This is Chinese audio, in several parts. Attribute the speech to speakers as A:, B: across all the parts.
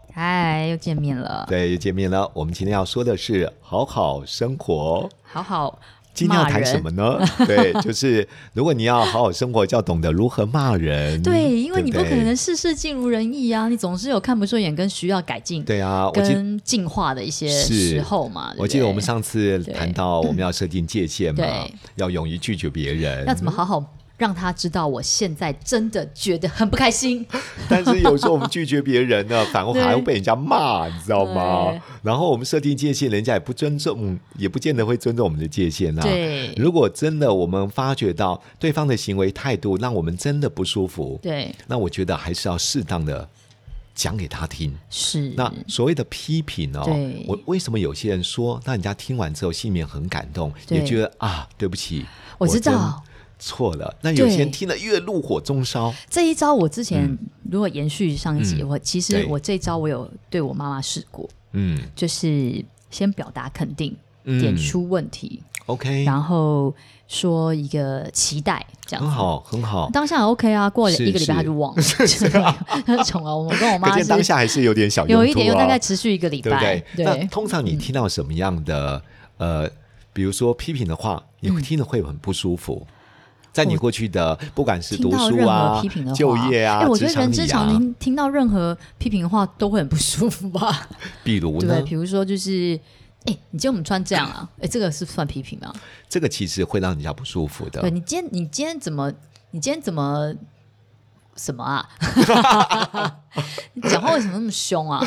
A: 嗨，哎又见面了，
B: 对，又见面了。我们今天要说的是好好生活。
A: 好好
B: 今天要谈什么呢？对，就是如果你要好好生活，就要懂得如何骂人。
A: 对，因为你不
B: 对
A: 可能事事尽如人意啊，你总是有看不顺眼跟需要改进、
B: 对啊，我记
A: 跟进化的一些
B: 是
A: 时候嘛。对不
B: 我记得
A: 对
B: 我们上次谈到我们要设定界限嘛
A: 对，
B: 要勇于拒绝别人
A: 要。怎么好好让他知道，我现在真的觉得很不开 心。
B: 但是有时候我们拒绝别人呢，反而
A: 对
B: 还会被人家骂，你知道吗
A: 对？
B: 然后我们设定界限，人家也不尊重，也不见得会尊重我们的界限啊。
A: 对
B: 如果真的我们发觉到对方的行为态度让我们真的不舒服，
A: 对，
B: 那我觉得还是要适当的讲给他听。
A: 是
B: 那所谓的批评哦
A: 嗯对，
B: 我为什么有些人说，那人家听完之后心里面很感动，
A: 对
B: 也觉得啊，对不起，
A: 我知
B: 真
A: 道
B: 错了。那有些人
A: 对
B: 听了越怒火中烧，
A: 这一招我之前如果延续上一集，
B: 嗯
A: 我其实
B: 对
A: 我这一招我有对我妈妈试过，
B: 嗯
A: 就是先表达肯定，
B: 嗯
A: 点出问题，
B: ，OK，
A: 然后说一个期待，这样
B: 很
A: 子。
B: 好，很好。
A: 当下 OK 啊，过了
B: 是
A: 一个礼拜
B: 是
A: 他就忘了，就是 很宠啊。我们跟我
B: 可
A: 妈
B: 见当
A: 是
B: 下还是有点小
A: 有一
B: 用途
A: 点用，
B: 啊
A: 大概持续一个礼
B: 对不
A: 拜
B: 对？。那通常你听到什么样的、呃，比如说批评的话，你会听了会很不舒服。在你过去的，不管
A: 嗯
B: 是
A: 听
B: 读
A: 到
B: 书
A: 任
B: 啊
A: 何批评的、话，
B: 就业啊
A: 哎、、我觉
B: 职
A: 得人
B: 场
A: 之
B: 里
A: 常
B: 啊，
A: 情，听到任何批评的话都会很不舒服吧？
B: 比如
A: 对不
B: 呢
A: 对？，比如说就是，哎、你今天我们穿这样啊？哎、这个是算批评吗？
B: 这个其实会让人家不舒服
A: 对
B: 的。
A: 你今天你今天怎么你今天怎么什么啊？ 你讲话为什么那么凶 啊？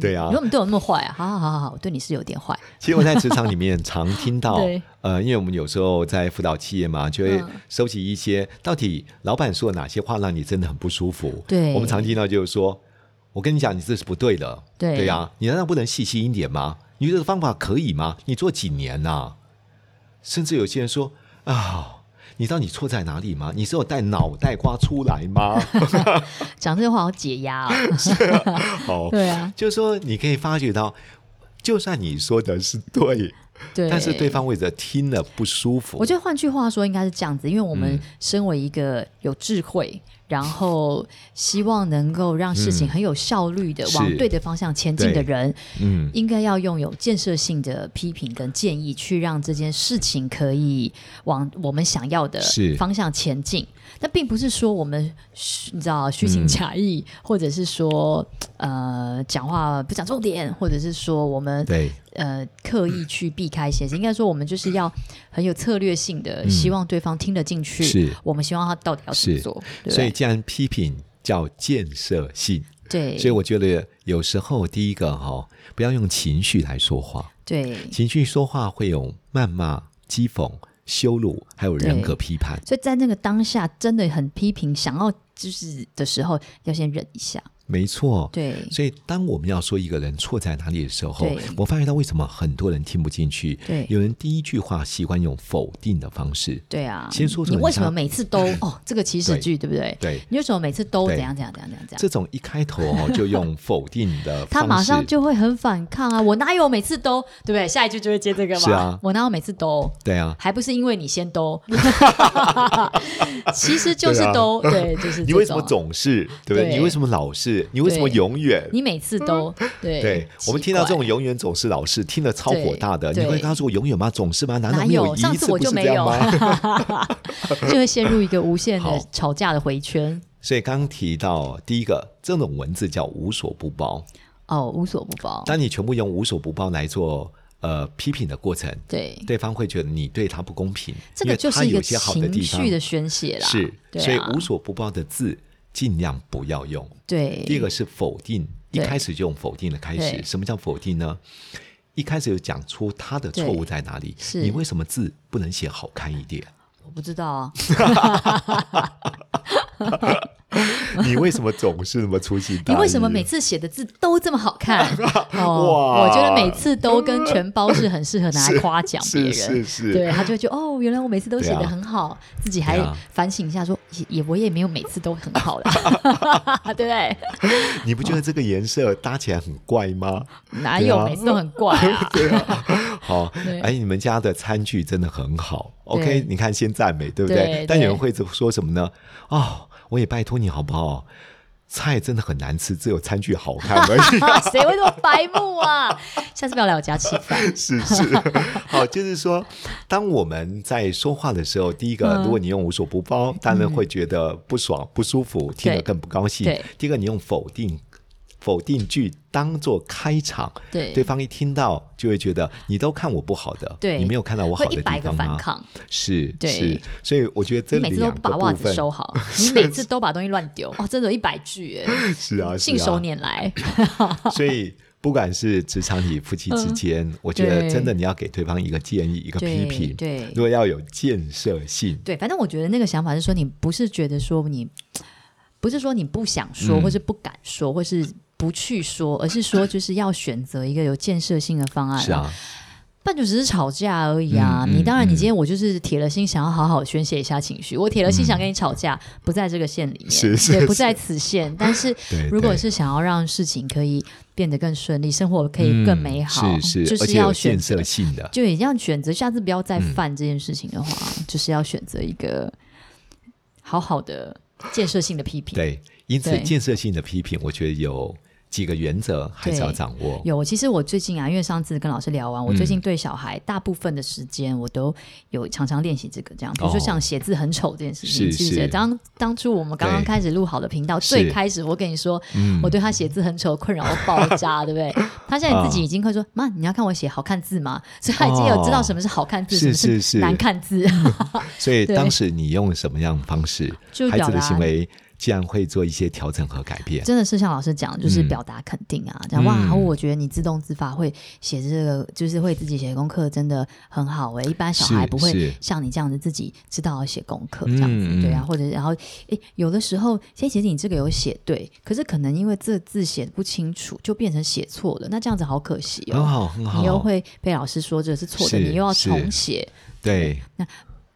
B: 对啊
A: 你说，你对我那么坏啊？好好好好好，我对你是有点坏。
B: 其实我在职场里面常听到
A: 对，
B: 呃，因为我们有时候在辅导企业嘛，就会
A: 嗯
B: 收集一些、到底老板说哪些话让你真的很不舒服。
A: 对
B: 我们常听到就是说，我跟你讲，你这是不对的。
A: 对
B: 呀、你难道不能细心一点吗？你这个方法可以吗？你做几年呐、甚至有些人说啊。你知道你错在哪里吗？你是有带脑袋瓜出来吗？
A: 讲这些话好解压啊。
B: 哦，
A: 对啊，
B: 就是说你可以发觉到，就算你说的是对，
A: 对。
B: 但是对，方为着听了不舒服，
A: 我觉得换句话说应该是这样子，因为我们
B: 嗯
A: 身为一个有智慧。然后希望能够让事情
B: 嗯
A: 很有效率的往
B: 是
A: 对的方向前进的
B: 对
A: 人，
B: 嗯，
A: 应该要用有建设性的批评跟建议，去让这件事情可以往我们想要的
B: 是
A: 方向前进。但并不是说我们虚你知道虚情假意，
B: 嗯
A: 或者是说呃讲话不讲重点，或者是说我们
B: 对，
A: 呃刻意去避开一些事。应该说我们就是要很有策略性的，
B: 嗯
A: 希望对方听得进去。
B: 是
A: 我们希望他到底要怎么
B: 是
A: 做？对不
B: 所以
A: 对
B: 既然批评叫建设性，
A: 对，
B: 所以我觉得有时候第一个哈、哦，不要用情绪来说话，
A: 对。
B: 情绪说话会有谩骂、讥讽、羞辱，还有人
A: 对
B: 格批判。
A: 所以在那个当下，真的很批评，想要就是的时候，要先忍一下。
B: 没错，
A: 对，
B: 所以，当我们要说一个人错在哪里的时候
A: 对，
B: 我发觉到为什么很多人听不进去。
A: 对
B: 有人第一句话习惯用否定的方式。
A: 对啊。
B: 先说出
A: 你
B: 人
A: 为什
B: 家
A: 么每次都哦这个起始句对不对？
B: 嗯对
A: 你为什么每次都
B: 对
A: 怎样怎样怎样怎样怎
B: 这
A: 样？
B: 种一开头哦，就用否定的方式，
A: 他马上就会很反抗啊！我哪有每次都对不对？下一句就会接这个嘛。
B: 是啊
A: 我哪有每次都？
B: 对啊，
A: 还不是因为你先 都，其实就是
B: 对啊
A: 都对，就是
B: 你
A: 这
B: 为什么
A: 种
B: 总是对不对？
A: 对
B: 你为什么老是？你为什么永远？
A: 你每次都对？
B: 对我们听到这种永远总是老是，听了超火大的。
A: 对
B: 你会告诉我永远吗？总是吗？难道
A: 哪
B: 没
A: 有？
B: 一
A: 上
B: 次
A: 次我
B: 不
A: 就是没
B: 这样
A: 有
B: 吗？，
A: 就会陷入一个无限
B: 好
A: 的吵架的回圈。
B: 所以刚刚提到第一个，这种文字叫无所不包。
A: 哦，无所不包。
B: 当你全部用无所不包来做呃批评的过程，
A: 对，
B: 对方会觉得你对他不公平，
A: 这
B: 因
A: 个
B: 为
A: 就
B: 他
A: 是一
B: 有
A: 个
B: 些好的
A: 情
B: 地方
A: 绪的宣泄啦。
B: 是，
A: 对啊
B: 所以无所不包的字尽量不要用。
A: 对，
B: 第一个是否定，一
A: 对
B: 开始就用否定的开
A: 对
B: 始。什么叫否定呢？一开始就讲出他的错误在哪里，
A: 是
B: 你为什么字不能写好看一点？
A: 我不知道啊。
B: 你为什么总是那么粗心大
A: 你
B: 意？
A: 为什么每次写的字都这么好看？
B: 哇
A: 哦，我觉得每次都跟全包是很适合拿来夸奖别
B: 是
A: 人。
B: 是是，
A: 对他就会觉得哦，原来我每次都写
B: 对
A: 的
B: 啊
A: 很好， 自己还
B: 对啊
A: 反省一下说，也也我也没有每次都很好啦， 对不
B: 啊
A: 对？
B: 你不觉得这个颜色搭起来很怪 吗？
A: 哪有
B: 对啊
A: 每次都很怪 啊？
B: 好
A: 对，
B: 哎，你们家的餐具真的很好。
A: 对
B: OK，你看先赞美，对不
A: 对
B: 对？但有
A: 对
B: 人会说什么呢？哦，我也拜托你好不好？菜真的很难吃，只有餐具好看 而已。
A: 谁会这么白目啊？ 下次不要来我家吃饭。
B: 是 是，好，就是说，当我们在说话的时候，第一个，
A: 嗯
B: 如果你用无所不包，当然会觉得不爽、不舒服，听得
A: 对
B: 更不高兴
A: 对。
B: 第一个，你用否定。否定句当做开场，
A: 对
B: 对方一听到就会觉得你都看我不好的，
A: 对
B: 你没有看到我好
A: 会
B: 的
A: 一
B: 地
A: 百个
B: 方
A: 反
B: 吗？
A: 抗，
B: 是，
A: 对
B: 是，所以我觉得这
A: 你每次都
B: 两
A: 不
B: 个
A: 把袜
B: 部
A: 子
B: 分
A: 收好，你每次都把东西乱 丢，哦，真的有一百句哎，
B: 是啊，
A: 信
B: 是啊
A: 手拈来，
B: 所以不管是职场里、夫妻之间，我觉得真的你要给对方一个建议、一个批评，
A: 嗯对对
B: 如果要有建设性，
A: 对，反正我觉得那个想法是说，你不是觉得说你不是说你不想说，
B: 嗯
A: 或是不敢说，或是不去说，而是说就是要选择一个有建设性的方案。
B: 是，啊，
A: 但就只是吵架而已啊。
B: 嗯嗯
A: 你当然，你
B: 嗯
A: 今天我就是铁了心想要好好宣泄一下情绪，我铁了心想跟你吵架，不在这个线里面，
B: 是是
A: 对，不
B: 是
A: 在此线。但是
B: 对
A: 如果
B: 对
A: 是想要让事情可以变得更顺利，生活可以更
B: 嗯
A: 美好，
B: 是是，
A: 就
B: 而
A: 是
B: 且有
A: 要选
B: 建
A: 择
B: 设性嗯的，
A: 就也要选择，下次不要再犯这件事情的话，就是要选择一个好好的建设性的批评。，
B: 对，因此
A: 对
B: 建设性的批评，我觉得有几个原则还是要
A: 对
B: 掌握，
A: 有，其实我最近啊，因为上次跟老师聊完，我最
B: 嗯
A: 近对小孩大部分的时间我都有常常练习这个，这样，比如说
B: 哦
A: 像写字很丑这件事情，
B: 是
A: 其实
B: 是
A: 当当初我们刚刚
B: 对
A: 开始录好的频道，
B: 是
A: 最开始我跟你说，
B: 嗯
A: 我对他写字很丑困扰到爆炸，对不对？他现在自己
B: 啊
A: 已经会说，妈，你要看我写好看字吗？所以他已经有知道
B: 哦
A: 什么是好看字，
B: 是
A: 什么
B: 是是
A: 难看字。
B: 所以
A: 对
B: 当时你用什么样的方式
A: 就，
B: 孩
A: 表
B: 子的
A: 达
B: 行为竟然会做一些调整和改变，
A: 真的是像老师讲，就是
B: 嗯
A: 表达肯定啊，讲、哇，
B: 嗯
A: 我觉得你自动自发会写这个，就是会自己写功课，真的很好欸诶、一般小孩
B: 是
A: 不会
B: 是
A: 像你这样子自己知道要写功课这样子，
B: 嗯嗯
A: 对啊，或者然后诶，有的时候，诶，其实你这个有写对，可是可能因为这字写得不清楚，就变成写错了，那这样子好可惜
B: 很
A: 哦。
B: 好很好，
A: 你又会被老师说这是错的，
B: 是
A: 你又要
B: 是
A: 重写。
B: 对，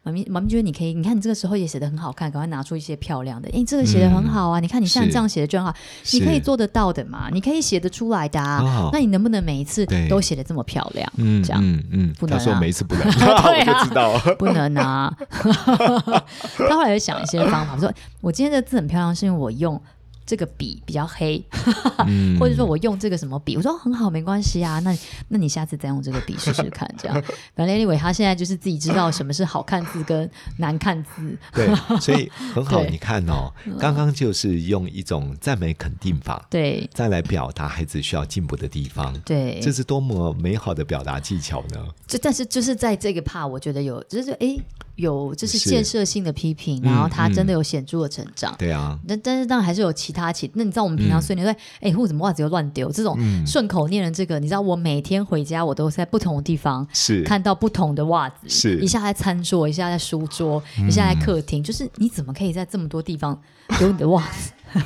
A: 妈咪，妈咪觉得你可以，你看你这个时候也写的很好看，赶快拿出一些漂亮的。诶，你这个写的很好啊，你看你像
B: 嗯是
A: 这样写的就很好，你
B: 是
A: 可以做得到的嘛，你可以写得出来的
B: 很
A: 啊
B: 好。
A: 那你能不能每一次
B: 对
A: 都写的这么漂亮？
B: 嗯
A: 这样
B: 嗯嗯，
A: 不
B: 他
A: 能
B: 说
A: 啊
B: 每一次不能，
A: 对啊
B: 我不知道，
A: 不能啊！ 他后来就想一些方法，说我今天这字很漂亮，是因为我用这个笔比较黑，
B: 嗯
A: 或者说我用这个什么笔，我说哦很好，没关系啊。那那你下次再用这个笔试试看，这样。反正 anyway，他现在就是自己知道什么是好看字跟难看字，
B: 对，所以很好。
A: 对嗯
B: 你看哦，刚刚就是用一种赞美肯定法，
A: 对
B: 再来表达孩子需要进步的地方。
A: 对，
B: 这是多么美好的表达技巧呢？
A: 就但是就是在这个怕，我觉得有就是诶，有就是
B: 是
A: 建设性的批评，
B: 嗯
A: 然后他真的
B: 嗯
A: 有显著的成长。
B: 对嗯啊，
A: 但但是当然还是有其他其，那你知道我们平常碎念说，哎、或怎么袜子又乱丢这种
B: 嗯
A: 顺口念的这个，你知道我每天回家我都在不同的地方
B: 是
A: 看到不同的袜子，
B: 是嗯
A: 一下在餐桌，一下在书桌，一下在客厅，就是你怎么可以在这么多地方丢你的袜子，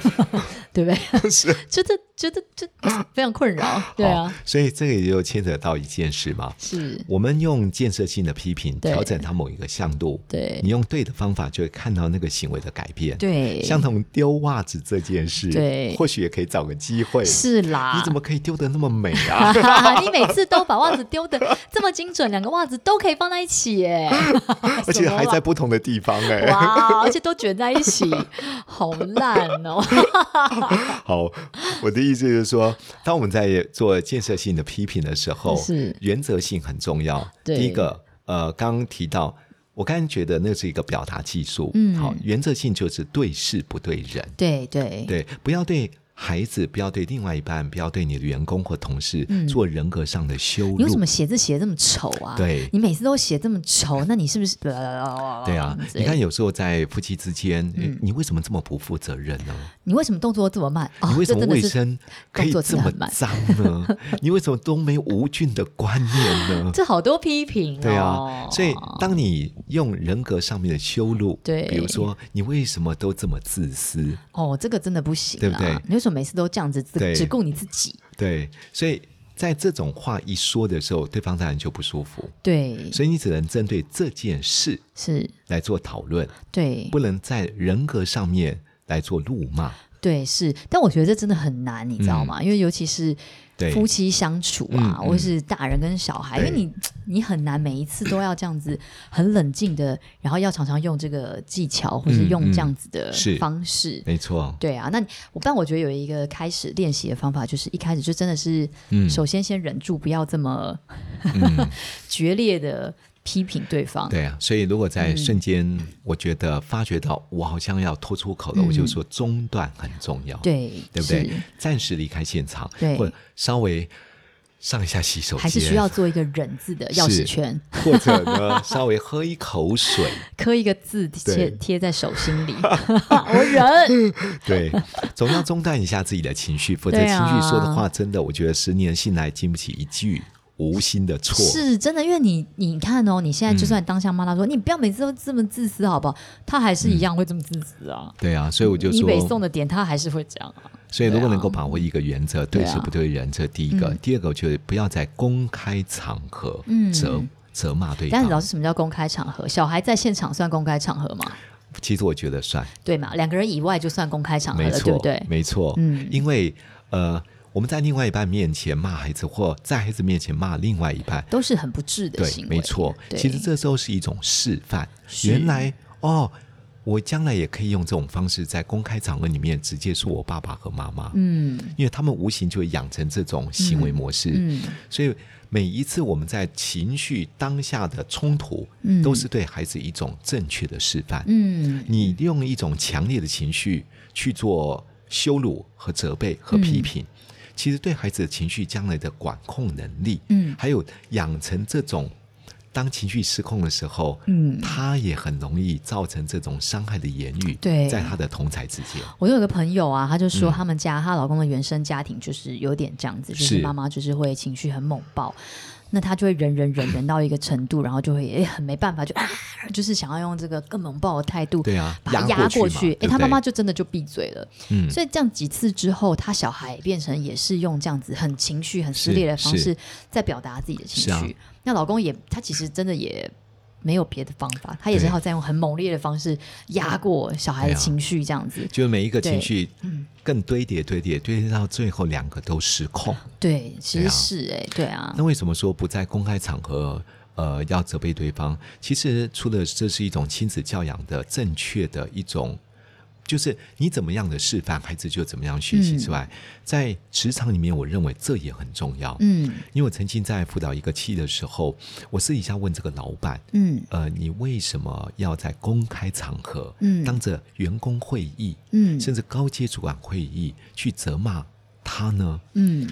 A: 对不 对？是， 觉得觉得这非常困扰，对啊
B: 好，，所以这个也就牵扯到一件事嘛。
A: 是，
B: 我们用建设性的批评
A: 对
B: 调整它某一个向度，
A: 对
B: 你用对的方法就会看到那个行为的改变。，
A: 对，
B: 相同丢袜子这件事，
A: 对
B: 或许也可以找个机会。
A: 是啊啦，
B: 你怎么可以丢的那么美啊？
A: 哈哈 哈，你每次都把袜子丢的 这么精准，两个袜子都可以放在一起 耶，
B: 而且还在不同的地方哎、
A: 哇，而且都卷在一 起，好烂哦！
B: 好，我的意思就是说，当我们在做建设性的批评的时候，
A: 是
B: 原则性很重要。
A: 对
B: 第一个，呃，刚刚提到，我刚刚觉得那是一个表达技术。
A: 嗯
B: 好，原则性就是对事不对人，
A: 对对
B: 对，不要对孩子不要对另外一半，不要对你的员工或同事、
A: 嗯
B: 做人格上的羞
A: 你为什
B: 辱
A: 么。写字写这么丑啊？
B: 对
A: 你每次都写这么丑，那你是不是？
B: 对啊，
A: 之类
B: 你
A: 的
B: 看，有时候在夫妻之间，诶
A: 嗯
B: 你为什么这么不负责任呢？
A: 你为什么动作这么慢？啊、
B: 你为
A: 这
B: 什么
A: 真的
B: 卫
A: 是，
B: 生可以
A: 动作
B: 这
A: 真的
B: 么
A: 很慢
B: 脏呢？ 你为什么都没无菌的观念呢？
A: 这好多批评、哦。
B: 对啊，所以当你用人格上面的羞辱，
A: 对
B: 比如说你为什么都这么自私，
A: 哦，这个真的不行、啊，
B: 对不对
A: 你为什么每次都这样子，
B: 对
A: 只只顾你自己？
B: 对，所以在这种话一说的时候，对方当然就不舒服，
A: 对，
B: 所以你只能针对这件事
A: 是，
B: 来做讨论，
A: 对
B: 不，能在人格上面来做辱骂。
A: 对，是。但我觉得这真的很难，你知道吗？因为尤其是
B: 嗯对
A: 夫妻相处啊，
B: 嗯嗯
A: 或是大人跟小孩，因
B: 对
A: 为你你很难每一次都要这样子很冷静的，然后要常常用这个技巧，或是
B: 嗯
A: 用
B: 嗯
A: 这样子的
B: 是
A: 方式。
B: 没错，
A: 对啊，那你我但我觉得有一个开始练习的方法，就是一开始就真的是，
B: 嗯
A: 首先先忍住，不要这么、
B: 嗯
A: 决裂的批评对方。
B: 对啊，所以如果在
A: 嗯
B: 瞬间，我觉得发觉到我好像要脱出口了，我就说中断很重要。
A: 嗯对，
B: 对不对
A: 是？
B: 暂时离开现场，
A: 对
B: 或者稍微上一下洗手间，
A: 还是需要做一个忍字的钥匙
B: 是
A: 圈，
B: 或者 呢稍微喝一口水，
A: 刻一个字贴
B: 对
A: 贴在手 心里。哦我忍，
B: 对，总要中断一下自己的情绪，否则
A: 对
B: 情
A: 啊
B: 绪说的话，真的我觉得十年信来经不起一句无心的错。
A: 是真的，因为你你看哦，你现在就
B: 嗯
A: 算当下骂他说、你不要每次都这么自私好不好，他还是一样会这么自私啊。
B: 对啊，所以嗯我就
A: 你北宋
B: 说，
A: 的点，他还是会这样啊。
B: 所以如
A: 对
B: 果
A: 啊
B: 能够把握一个原则，
A: 对
B: 对
A: 啊
B: 事不对人，这第一个；
A: 嗯
B: 第二个，我觉得不要在公开场合
A: 嗯
B: 责责骂对
A: 但是老
B: 方。
A: 师，什么叫公开场合？小孩在现场算公开场合吗？
B: 其实我觉得算，
A: 对嘛，两个人以外就算公开场合
B: 没
A: 了，
B: 错，
A: 啊对不对？
B: 没错，
A: 嗯
B: 因为呃，我们在另外一半面前骂孩子，或在孩子面前骂另外一半，
A: 都是很不智的
B: 对
A: 行，为，
B: 没错。
A: 对嗯
B: 其实这时候是一种示范，
A: 是
B: 原来哦，我将来也可以用这种方式在公开场合里面直接说我爸爸和妈妈，
A: 嗯
B: 因为他们无形就会养成这种行为模式，
A: 嗯，
B: 所以每一次我们在情绪当下的冲突，
A: 嗯
B: 都是对孩子一种正确的示范。
A: 嗯，
B: 你用一种强烈的情绪去做羞辱和责备和批评，其实对孩子的情绪将来的管控能力，
A: 嗯
B: 还有养成这种当情绪失控的时候，
A: 嗯
B: 他也很容易造成这种伤害的言语，
A: 对
B: 在他的同才之间，
A: 我有一个朋友啊，她就
B: 嗯
A: 说他们家她、老公的原生家庭就是有点这样子，就是
B: 是
A: 妈妈就是会情绪很猛爆，那她就会忍忍忍忍到一个程度，然后就会也很没办法，就啊，就是想要用这个更猛爆的态度，
B: 对啊
A: 把她
B: 压
A: 过
B: 过去嘛
A: 去。
B: 对不
A: 她妈
B: 对
A: 妈就真的就闭嘴了。
B: 嗯，
A: 所以这样几次之后，她小孩变成也是用这样子很情绪、很撕
B: 是
A: 裂的方
B: 是
A: 式在表达自己的情
B: 是啊
A: 绪。那老公也，他其实真的也。没有别的方法，他也是
B: 对
A: 要在用很猛烈的方式压过小孩的
B: 对啊
A: 情绪，这样子。
B: 就是每一个情
A: 对嗯
B: 绪更堆叠堆叠堆叠到最后，两个都失控。
A: 对，其实
B: 啊
A: 是哎、对啊
B: 那，为什么说不在公开场合，呃，要责备对方？其实除了这是一种亲子教养的正确的一种，就是你怎么样的示范，孩子就怎么样学
A: 嗯
B: 习之外，在职场里面，我认为这也很重要。
A: 嗯
B: 因为我曾经在辅导一个企业的时候，我私底下问这个老板，
A: 嗯
B: 呃，你为什么要在公开场合，
A: 嗯
B: 当着员工会议，
A: 嗯
B: 甚至高阶主管会议去责骂他呢？
A: 嗯，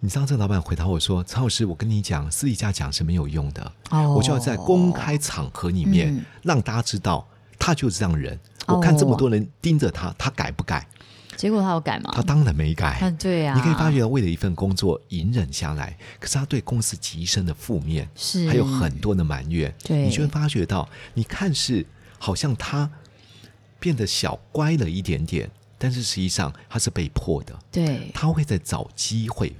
B: 你知道这个老板回答我说：“曹老师，我跟你讲，私底下讲是没有用的，
A: 哦
B: 我就要在公开场合里面、
A: 嗯
B: 让大家知道，他就是这样的人。
A: 哦
B: 我看这么多人盯着他，他改不改？
A: 结果他有改吗？
B: 他当然没改。
A: 嗯，对啊，
B: 你可以发觉到，为了一份工作隐忍下来，可是他对公司极深的负面，
A: 是
B: 还有很多的埋怨，
A: 对
B: 你就会发觉到，你看似好像他变得小乖了一点点，但是实际上他是被迫的。
A: 对
B: 他会在找机会，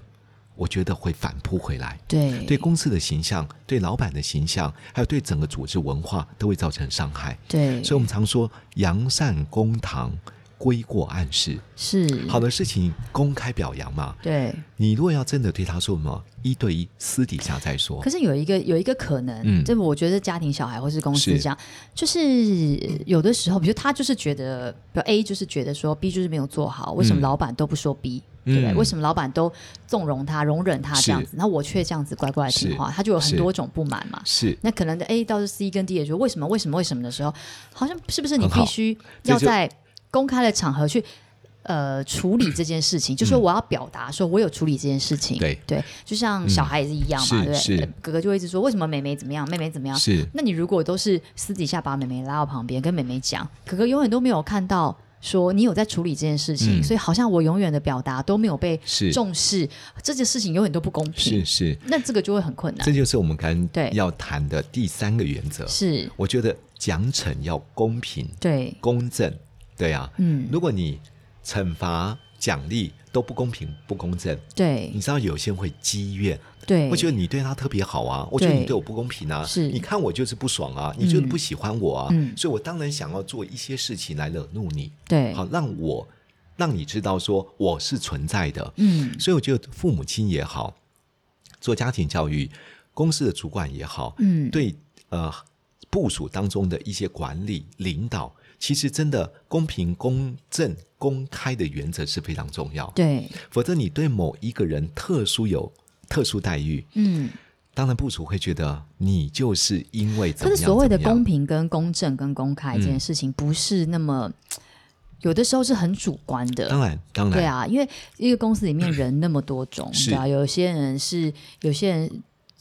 B: 我觉得会反扑回来，
A: 对
B: 对公司的形象、对老板的形象，还有对整个组织文化都会造成伤害。
A: 对，
B: 所以，我们常说“扬善公堂，归过暗室”。
A: 嗯是
B: 好的事情公开表扬嘛，
A: 对。
B: 你如果要真的对他说什么，一对一私底下再说
A: 可。是有一个有一个可能，
B: 嗯
A: 这我觉得家庭、小孩或是公司
B: 是
A: 这样，就是有的时候，比如他就是觉得，比如 A 就是觉得说 B 就是没有做好，为什么
B: 嗯
A: 老板都不说 B？、对不对？
B: 嗯
A: 为什么老板都纵容他、容忍他这样子，那我却这样子乖乖听
B: 是
A: 话，他就有很
B: 是
A: 多种不满嘛。
B: 是，
A: 那可能的 A 到是 C 跟 D 也就为什么为什么为什么的时候，好像是不是你
B: 很好
A: 必须要
B: 这就
A: 在公开的场合去呃处理这件事情，就说我要表达说我有处理这件事情，
B: 对
A: 对，就像小孩也是一样嘛，对
B: 嗯是
A: 不对
B: 是？
A: 哥哥就会一直说为什么妹妹怎么样，妹妹怎么样，
B: 是
A: 那你如果都是私底下把妹妹拉到旁边跟妹妹讲，可可永远都没有看到说你有在处理这件事情，
B: 嗯
A: 所以好像我永远的表达都没有被
B: 是
A: 重视，这件事情永远都不公平
B: 是，是，
A: 那这个就会很困难
B: 这。就是我们刚
A: 对
B: 刚要谈的第三个原则。
A: 是，
B: 我觉得奖惩要公平、
A: 对，
B: 公正，对啊，
A: 嗯
B: 如果你惩罚、奖励都不公平、不公正，你
A: 对，
B: 知道有些人会积怨，
A: 对，
B: 我觉得你对他特别好啊，我觉得
A: 对
B: 你对我不公平啊，
A: 是
B: 你看我就是不爽啊，你就是不喜欢我啊，
A: 嗯
B: 所以我当然想要做一些事情来惹怒你，
A: 对，
B: 好让我让你知道说我是存在的。
A: 嗯，
B: 所以我觉得父母亲也好，做家庭教育，公司的主管也好，
A: 嗯
B: 对呃部署当中的一些管理领导，其实真的公平、公正、公开的原则是非常重要。
A: 对，
B: 否则你对某一个人特殊有特殊待遇，
A: 嗯，
B: 当然部署会觉得你就是因为怎
A: 可
B: 么
A: 是
B: 样，
A: 所谓的
B: 怎么样嗯
A: 公平、跟公正、跟公开这件事情，不是那么、有的时候是很主观的。
B: 当然当然
A: 对啊，因为一个公司里面人那么多种，
B: 是
A: 对啊，有些人是，有些人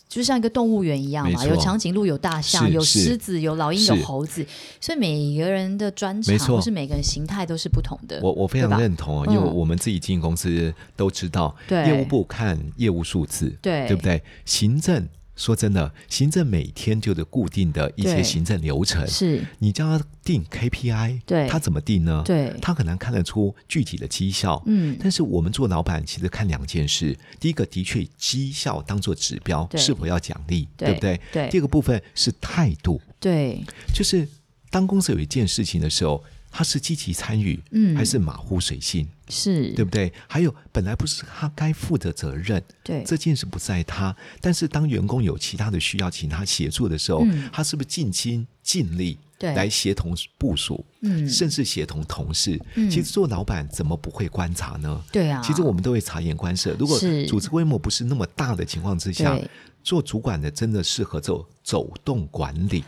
A: 就像一个动物园一样
B: 没
A: 嘛，
B: 错
A: 有长颈鹿，有大象，
B: 是
A: 有
B: 是
A: 狮子，有老鹰，
B: 是
A: 有猴子，所以每个人的专长
B: 没错
A: 或是每个人形态都是不同的。
B: 我我非
A: 对
B: 常
A: 吧
B: 认同哦，
A: 嗯
B: 因为我们自己经营公司都知道，
A: 对
B: 业务部看业务数字，
A: 对
B: 不对？行政说真的，行政每天就是固定的一
A: 对
B: 些行政流程，
A: 是
B: 你叫他定 KPI，
A: 对
B: 他怎么定呢？
A: 对
B: 他很难看得出具体的绩效。
A: 嗯
B: 但是我们做老板其实看两件事，第一个的确以绩效当做指标，
A: 对
B: 是否要奖励，
A: 对
B: 不对？
A: 对
B: 第二个部分是态度，
A: 对
B: 就是当公司有一件事情的时候，他是积极参与，
A: 嗯
B: 还是马虎随性，
A: 是，
B: 对不对？还有本来不是他该负的责任，
A: 对
B: 这件事不在他，但是当员工有其他的需要，请他协助的时候，
A: 嗯
B: 他是不是尽心尽力
A: 对
B: 来协同部署，
A: 嗯
B: 甚至协同同事？
A: 嗯
B: 其实做老板怎么不会观察呢？
A: 对啊，
B: 其实我们都会察言观色。如果
A: 是
B: 组织规模不是那么大的情况之下
A: 对，
B: 做主管的真的适合走走动管理。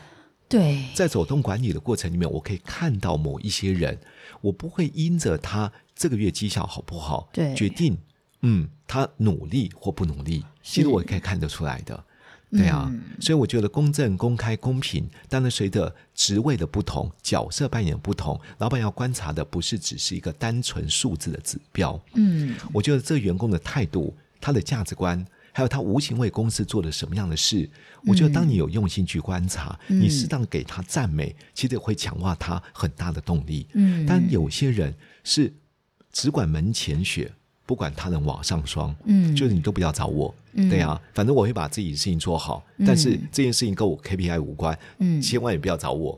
A: 对
B: 在走动管理的过程里面，我可以看到某一些人，我不会因着他这个月绩效好不好，
A: 对
B: 决定，嗯，他努力或不努力，其实我可以看得出来的。
A: 嗯
B: 对啊，所以我觉得公正、公开、公平，当然随着职位的不同、角色扮演不同，老板要观察的不是只是一个单纯数字的指标。
A: 嗯
B: 我觉得这员工的态度、他的价值观，还有他无情为公司做了什么样的事，我觉得当你有用心去观察，
A: 嗯
B: 你适当给他赞美，其实也会强化他很大的动力。
A: 嗯，
B: 但有些人是只管门前雪，不管他人瓦上霜。
A: 嗯
B: 就是你都不要找我，
A: 嗯
B: 对啊，反正我会把自己的事情做好，
A: 嗯
B: 但是这件事情跟我 KPI 无关，
A: 嗯
B: 千万也不要找我。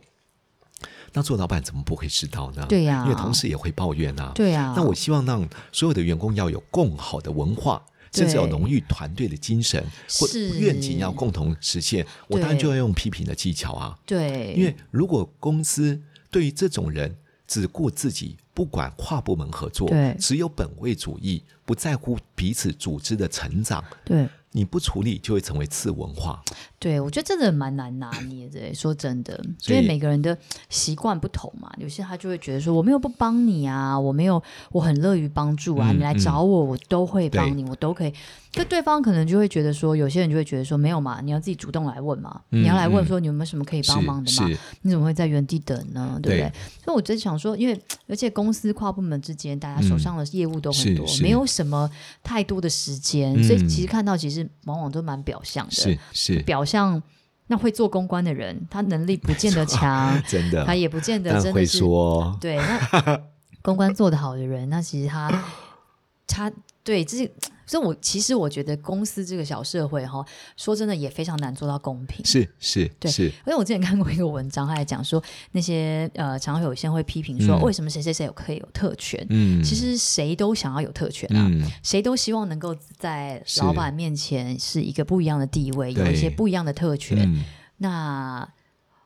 B: 那做老板怎么不会知道呢？
A: 对呀
B: 因为同事也会抱怨啊。
A: 对啊，
B: 那我希望让所有的员工要有更好的文化，
A: 对
B: 甚至有浓郁团队的精神，或
A: 是
B: 愿景要共同实现。我当然就要用批评的技巧啊，
A: 对，
B: 因为如果公司对于这种人只顾自己，不管跨部门合作
A: 对，
B: 只有本位主义，不在乎彼此组织的成长，
A: 对。
B: 你不处理就会成为次文化。
A: 对，我觉得真的蛮难拿捏的欸。说真的，
B: 所
A: 因为
B: 以
A: 每个人的习惯不同嘛，有些他就会觉得说我没有不帮你啊，我没有，我很乐于帮助啊，
B: 嗯
A: 你来
B: 嗯
A: 找我，我都会帮
B: 对
A: 你，我都可以。可对方可能就会觉得说，有些人就会觉得说没有嘛，你要自己主动来问嘛，你要来问
B: 嗯嗯
A: 说你有没有什么可以帮忙的嘛，
B: 是是，
A: 你怎么会在原地等呢？对不对？
B: 对
A: 所以我在想说，因为而且公司跨部门之间，大家手上的业务都很
B: 是
A: 多，
B: 嗯是
A: 没有什么太多的时间，
B: 嗯
A: 所以其实看到其实往往都蛮表象的。
B: 是是，
A: 表象，那会做公关的人，他能力不见得 强，
B: 真的
A: 他。也不见得
B: 但
A: 真
B: 会
A: 的是
B: 说，
A: 对。那 公关做得好的人，那其实他他对这些，所以我其实我觉得公司这个小社会哈，说真的也非常难做到公平。
B: 是是
A: 对
B: 是，
A: 因为我之前看过一个文章，他还讲说那些呃，常常有些人会批评说，
B: 嗯
A: 为什么谁谁谁有可以有特权？
B: 嗯，
A: 其实谁都想要有特权啊，
B: 嗯
A: 谁都希望能够在
B: 是
A: 老板面前是一个不一样的地位，有
B: 对
A: 一些不一样的特权。
B: 嗯
A: 那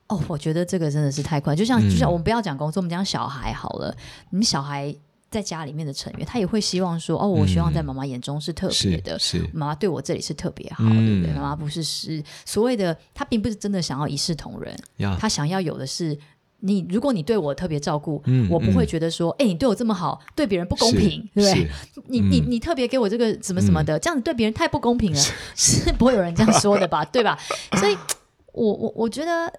A: 哦，我觉得这个真的是太快，就像、
B: 嗯
A: 就像我们不要讲工作，我们讲小孩好了。你小孩在家里面的成员，他也会希望说，哦，我希望在妈妈眼中是特别
B: 嗯是
A: 的。
B: 是
A: 妈妈对我这里是特别好，
B: 嗯
A: 对不对？妈妈不是是所谓的，她并不是真的想要一视同仁，
B: 呀，
A: 她想要有的是你如果你对我特别照顾，
B: 嗯
A: 我不会
B: 嗯
A: 觉得说，哎、你对我这么好，对别人不公
B: 是
A: 平，对不对
B: 是？
A: 你你
B: 嗯
A: 你特别给我这个什么什么的，这样子对别人太不公平了，是不会有人这样说的吧？对吧？所以，我我我觉得，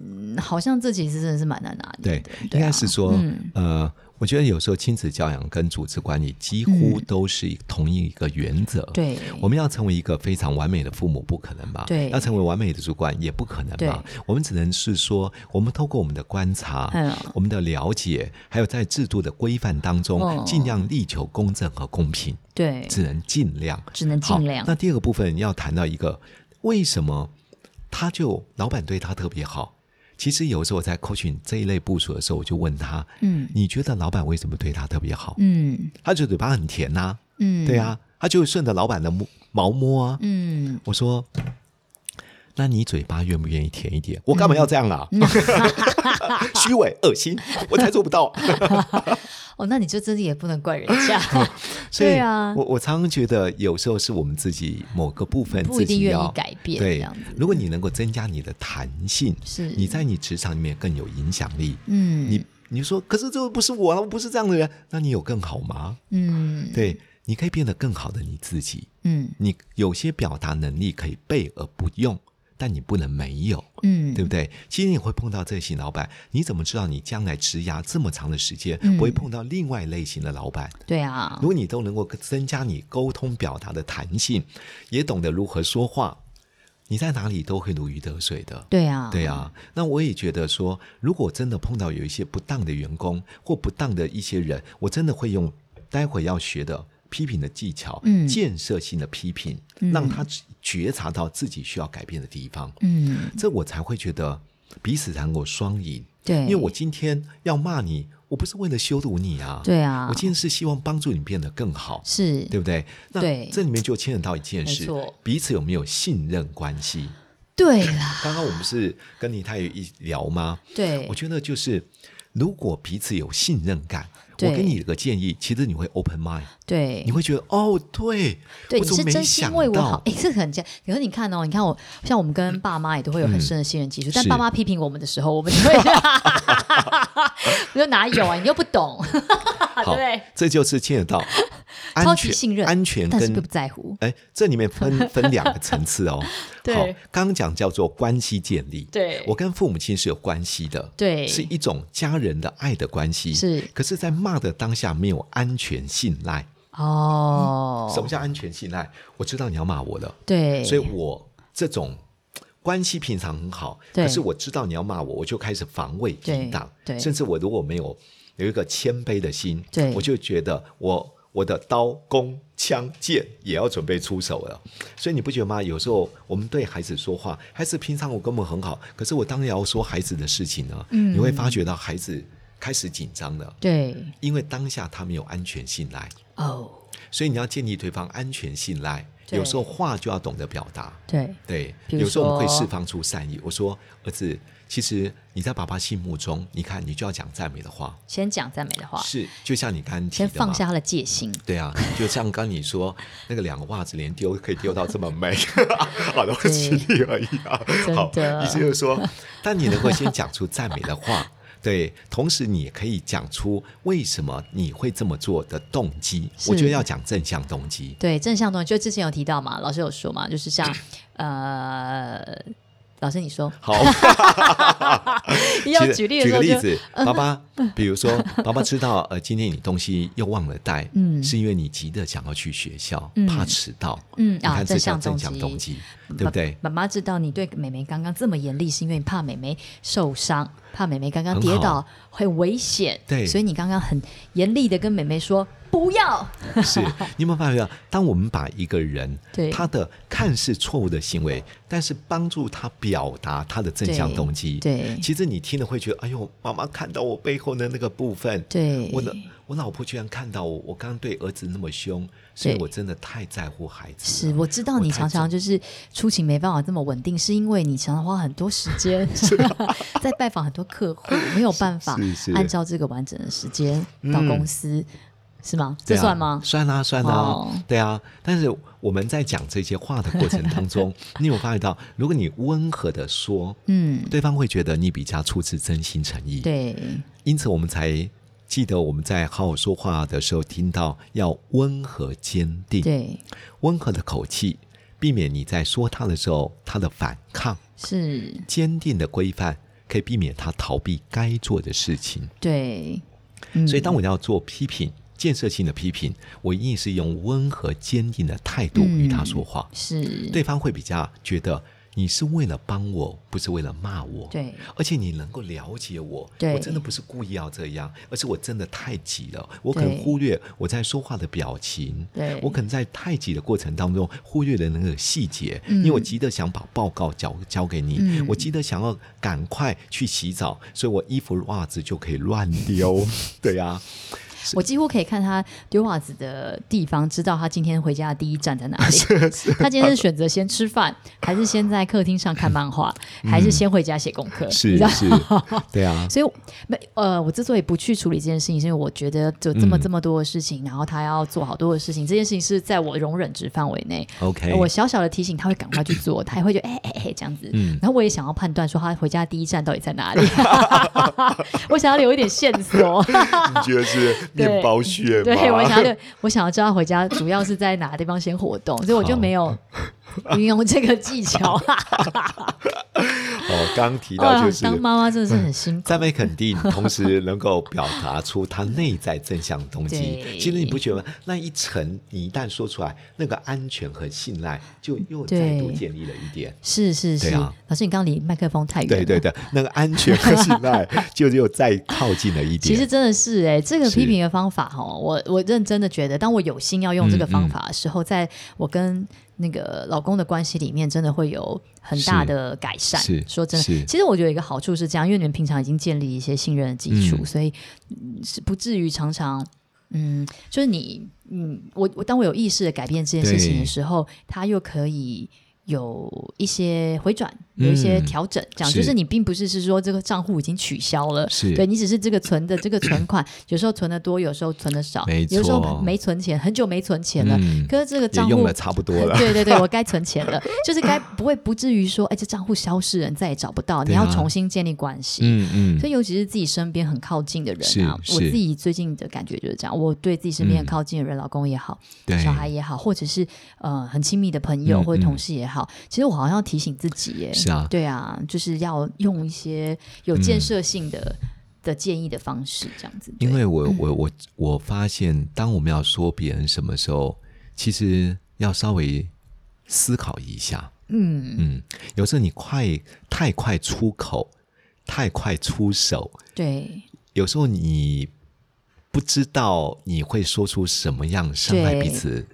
A: 嗯，好像这其实真的是蛮难拿捏
B: 对
A: 的，，
B: 应
A: 对啊
B: 该是说，
A: 嗯
B: 呃，我觉得有时候亲子教养跟组织管理几乎都是一同一个原则。，
A: 嗯对，
B: 我们要成为一个非常完美的父母，不可能吧？
A: 对
B: 要成为完美的主管也不可能吧
A: 对？
B: 我们只能是说，我们透过我们的观察、
A: 嗯
B: 我们的了解，还有在制度的规范当中，
A: 嗯
B: 尽量力求公正和公平，
A: 对，
B: 只能尽量。
A: 只能
B: 好，
A: 尽量
B: 那，第二个部分要谈到一个，为什么他就老板对他特别好？其实有时候我在 coaching 这一类部署的时候，我就问他，
A: 嗯
B: 你觉得老板为什么对他特别好？
A: 嗯
B: 他就嘴巴很甜呐、
A: 嗯，
B: 对，啊，他就顺着老板的摸毛摸啊。
A: 嗯，
B: 我说，那你嘴巴愿不愿意甜一点？我干嘛要这样啊？
A: 嗯
B: 虚伪、恶心，我才做不到。
A: 哦，那你就真的也不能怪人 家，
B: 所以
A: 对啊
B: 我我常常觉得，有时候是我们自己某个部分
A: 不
B: 自
A: 一定
B: 己
A: 愿
B: 要
A: 意改变这
B: 对
A: 样子，
B: 如果你能够增加你的弹性，
A: 是
B: 你在你职场里面更有影响力。
A: 嗯，
B: 你你说，可是这不是我啊，我不是这样的人，那你有更好吗？
A: 嗯
B: 对，你可以变得更好的你自己。
A: 嗯
B: 你有些表达能力可以备而不用，但你不能没有。
A: 嗯，
B: 对不对？其实你会碰到这型老板，你怎么知道你将来职涯这么长的时间
A: 嗯
B: 不会碰到另外类型的老板？
A: 对啊
B: 如，果你都能够增加你沟通表达的弹性，也懂得如何说话，你在哪里都会如鱼得水的。
A: 对啊，
B: 对，啊，那我也觉得说，如果真的碰到有一些不当的员工或不当的一些人，我真的会用待会要学的批评的技巧，
A: 嗯
B: 建设性的批评，让他觉察到自己需要改变的地方。
A: 嗯，
B: 这我才会觉得彼此才能够双赢。
A: 对，
B: 因为我今天要骂你，我不是为了羞辱你啊，
A: 对啊
B: 我今天是希望帮助你变得更好，
A: 是
B: 对不对？那
A: 对
B: 这里面就牵扯到一件
A: 没
B: 事
A: 错，
B: 彼此有没有信任关系？
A: 对啦，
B: 刚刚我们不是跟倪太有一聊吗？
A: 对
B: 我，觉得就是如果彼此有信任感，
A: 对
B: 我给你一个建议，其实你会 open mind，
A: 对
B: 你，会觉得哦，对，
A: 对，
B: 我
A: 你
B: 怎么
A: 是
B: 没
A: 真心
B: 想
A: 为我
B: 到
A: 好，哎，这很简。可是你看哦，你看我，像我们跟爸妈也都会有很
B: 嗯
A: 深的信任基础，但
B: 是
A: 爸妈批评我们的时候，我们就 会， 我说哪有啊，你又不懂，
B: 好
A: 啊对，
B: 这就是牵扯到
A: 超
B: 安
A: 级
B: 全、
A: 信任
B: 安全
A: 但是
B: 跟
A: 不在乎，
B: 哎，这里面 分分两个层次哦。
A: 对
B: 好，刚刚讲叫做关系建立。
A: 对
B: 我跟父母亲是有关系的，
A: 对
B: 是一种家人的爱的关系。
A: 是
B: 可是，在骂的当下没有安全信赖。
A: 哦，
B: 什么叫安全信赖？我知道你要骂我了，
A: 对，
B: 所以我这种。关系平常很好，
A: 对
B: 可是我知道你要骂我，我就开始防卫
A: 对
B: 抵挡，
A: 对
B: 甚至我如果没有有一个谦卑的心，
A: 对
B: 我就觉得我我的刀、弓、枪、剑也要准备出手了。所以你不觉得吗？有时候我们对孩子说话，孩子平常我跟我们很好，可是我当然要说孩子的事情呢，
A: 嗯
B: 你会发觉到孩子开始紧张了，
A: 对
B: 因为当下他没有安全信赖，
A: 哦，
B: 所以你要建立对方安全信赖。
A: 对
B: 有时候话就要懂得表达，
A: 对
B: 对，
A: 比如
B: 有时候我们会
A: 说
B: 释放出善意。我说，儿子，其实你在爸爸心目中，你看你就要讲赞美的话，
A: 先讲赞美的话，
B: 是就像你刚刚提
A: 先
B: 的嘛，
A: 放下他的戒心，
B: 对啊，就像刚你说， 那个两个袜子连丢可以丢到这么美，好的，我
A: 对
B: 举例而已啊。好，
A: 真的
B: 意思就是说，但你能够先讲出赞美的话，对，同时你也可以讲出为什么你会这么做的动机。
A: 是
B: 我觉得要讲正向动机，
A: 对正向东西，就之前有提到嘛，老师有说嘛，就是像呃，老师你说，
B: 好。
A: 你要
B: 其实
A: 举例的时
B: 举个
A: 候
B: 例
A: 就嗯
B: 子，爸爸，比如 说，爸爸知道呃，今天你东西又忘了带，
A: 嗯
B: 是因为你急着想要去学校，
A: 嗯
B: 怕迟到，
A: 嗯
B: 你
A: 啊
B: 看这
A: 正向
B: 叫正
A: 动
B: 向
A: 机
B: 动机，
A: 嗯
B: 对不 对？
A: 妈妈知道你对美美刚刚这么严厉，是因为你怕美美受伤，怕美美刚刚跌
B: 很
A: 倒会危险，
B: 对
A: 所以你刚刚很严厉的跟美美说不要，
B: 是，你有没有发觉到，当我们把一个人
A: 对
B: 他的看似错误的行为，但是帮助他表达他的正向
A: 对
B: 动机，
A: 对
B: 其实你听了会觉得，哎呦，妈妈看到我背后的那个部分，
A: 对
B: 我的我老婆居然看到我，我刚刚对儿子那么凶，所以
A: 对
B: 我真的太在乎孩子
A: 是
B: 了。
A: 我知道你常常就是出勤没办法这么稳定，是因为你常常花很多时 间 在拜访很多客户，没有办法
B: 啊是是嗯
A: 按照这个完整的时间到公司。是吗？这
B: 对啊
A: 算吗？
B: 算啊，算啊，
A: 哦
B: 对啊。但是我们在讲这些话的过程 当中，你有发觉到，如果你温和的说，
A: 嗯，
B: 对方会觉得你比较出自真心诚意。，
A: 对，
B: 因此我们才记得我们在好好说话的时候，听到要温和坚定，
A: 对，
B: 温和的口气，避免你在说他的时候他的反抗，
A: 是，
B: 坚定的规范可以避免他逃避该做的事情。
A: 对，嗯
B: 所以，当我要做批评、建设性的批评，我一定是用温和、坚定的态度与他说话，
A: 是，
B: 对方会比较觉得你是为了帮我，不是为了骂我。
A: 对，
B: 而且你能够了解我，
A: 对
B: 我真的不是故意要这样，而是我真的太急了，我可能
A: 对
B: 忽略我在说话的表情，
A: 对
B: 我可能在太急的过程当中忽略了那个细节，因为我急得想把报告交交给你，
A: 嗯
B: 我急得想要赶快去洗澡，所以我衣服袜子就可以乱 丢，对啊呀、
A: 我几乎可以看他丢袜子的地方，知道他今天回家的第一站在 哪里。他今天是选择先吃饭，还是先在客厅上看漫画，还是先回家写功课？你
B: 嗯是
A: 知道
B: 是，对 啊，
A: 所以没呃，我之所以不去处理这件事情，是因为我觉得有
C: 嗯
A: 这么这么多的事情，然后他要做好多的事情，这件事情是在我容忍值范围内。
B: OK
A: 我小小的提醒他会赶快去做，他也会觉得哎哎哎这样子。
C: 嗯
A: 然后我也想要判断说他回家第一站到底在哪里， 我想要留一点线索。
C: 你觉得是
A: 对
C: 面包屑吗？
A: 对我想要就，我想要知道回家主要是在哪个地方先活动，所以我就没有 运用这个技巧。
C: 哦，刚提到
A: 啊
C: 就，是
A: 当妈妈真的是很辛苦。
B: 赞美肯定，同时能够表达出他内在正向的东西。
A: 对
B: 其实你不觉得吗？那一层你一旦说出来，那个安全和信赖就又再度
A: 对
B: 建立了一点。
A: 是是是，
B: 对啊
A: 老师，你刚刚离麦克风太远。
B: 对对。对，那个安全和信赖就又再靠近了一 点。
A: 其实真的是哎、这个
B: 是
A: 批评的方法哈，我我认真的觉得，当我有心要用这个方法的时候，在我跟那个老公的关系里面，真的会有很大的改善。
B: 是
A: 说真
B: 是
A: 的，其实我觉得有一个好处是这样，因为你们平常已经建立一些信任的基础，
B: 嗯
A: 所以嗯是不至于常常。嗯，就是你，嗯，我我当我有意识的改变这件事情
B: 对
A: 的时候，它又可以有一些回转，有一些
B: 嗯
A: 调整，这样
B: 是
A: 就是你并不是是说这个账户已经取消了，
B: 是
A: 对你只是这个存 的这个存款，有时候存的多，有时候存的少，
B: 没
A: 有时候
B: 错
A: 没存钱，很久没存钱了，
B: 嗯
A: 可是这个
B: 也
A: 账
B: 用
A: 户
B: 的。差不多 了。
A: 对对对，我该存钱了，就是该不会不至于说，哎，这账户消失了，你再也找不到，你
B: 对啊
A: 要重新建立关系。
B: 嗯嗯
A: 所以，尤其是自己身边很靠近的人啊，
B: 是
A: 我
B: 是嗯
A: 自己最近的感觉就是这样。我对自己身边很靠近的人，老公也好，
B: 对
A: 小孩也好，或者是呃很亲密的朋友
B: 嗯
A: 或者同事也好，其实我好像要提醒自己耶，
B: 是啊嗯
A: 对啊，就是要用一些有建设性的、的建议的方式，这样子。对
B: 因为我我我我发现，当我们要说别人什么时候，其实要稍微思考一下。
A: 嗯，
B: 嗯，有时候你快太快出口，太快出手，
A: 对
B: 有时候你不知道你会说出什么样伤害
A: 对
B: 彼此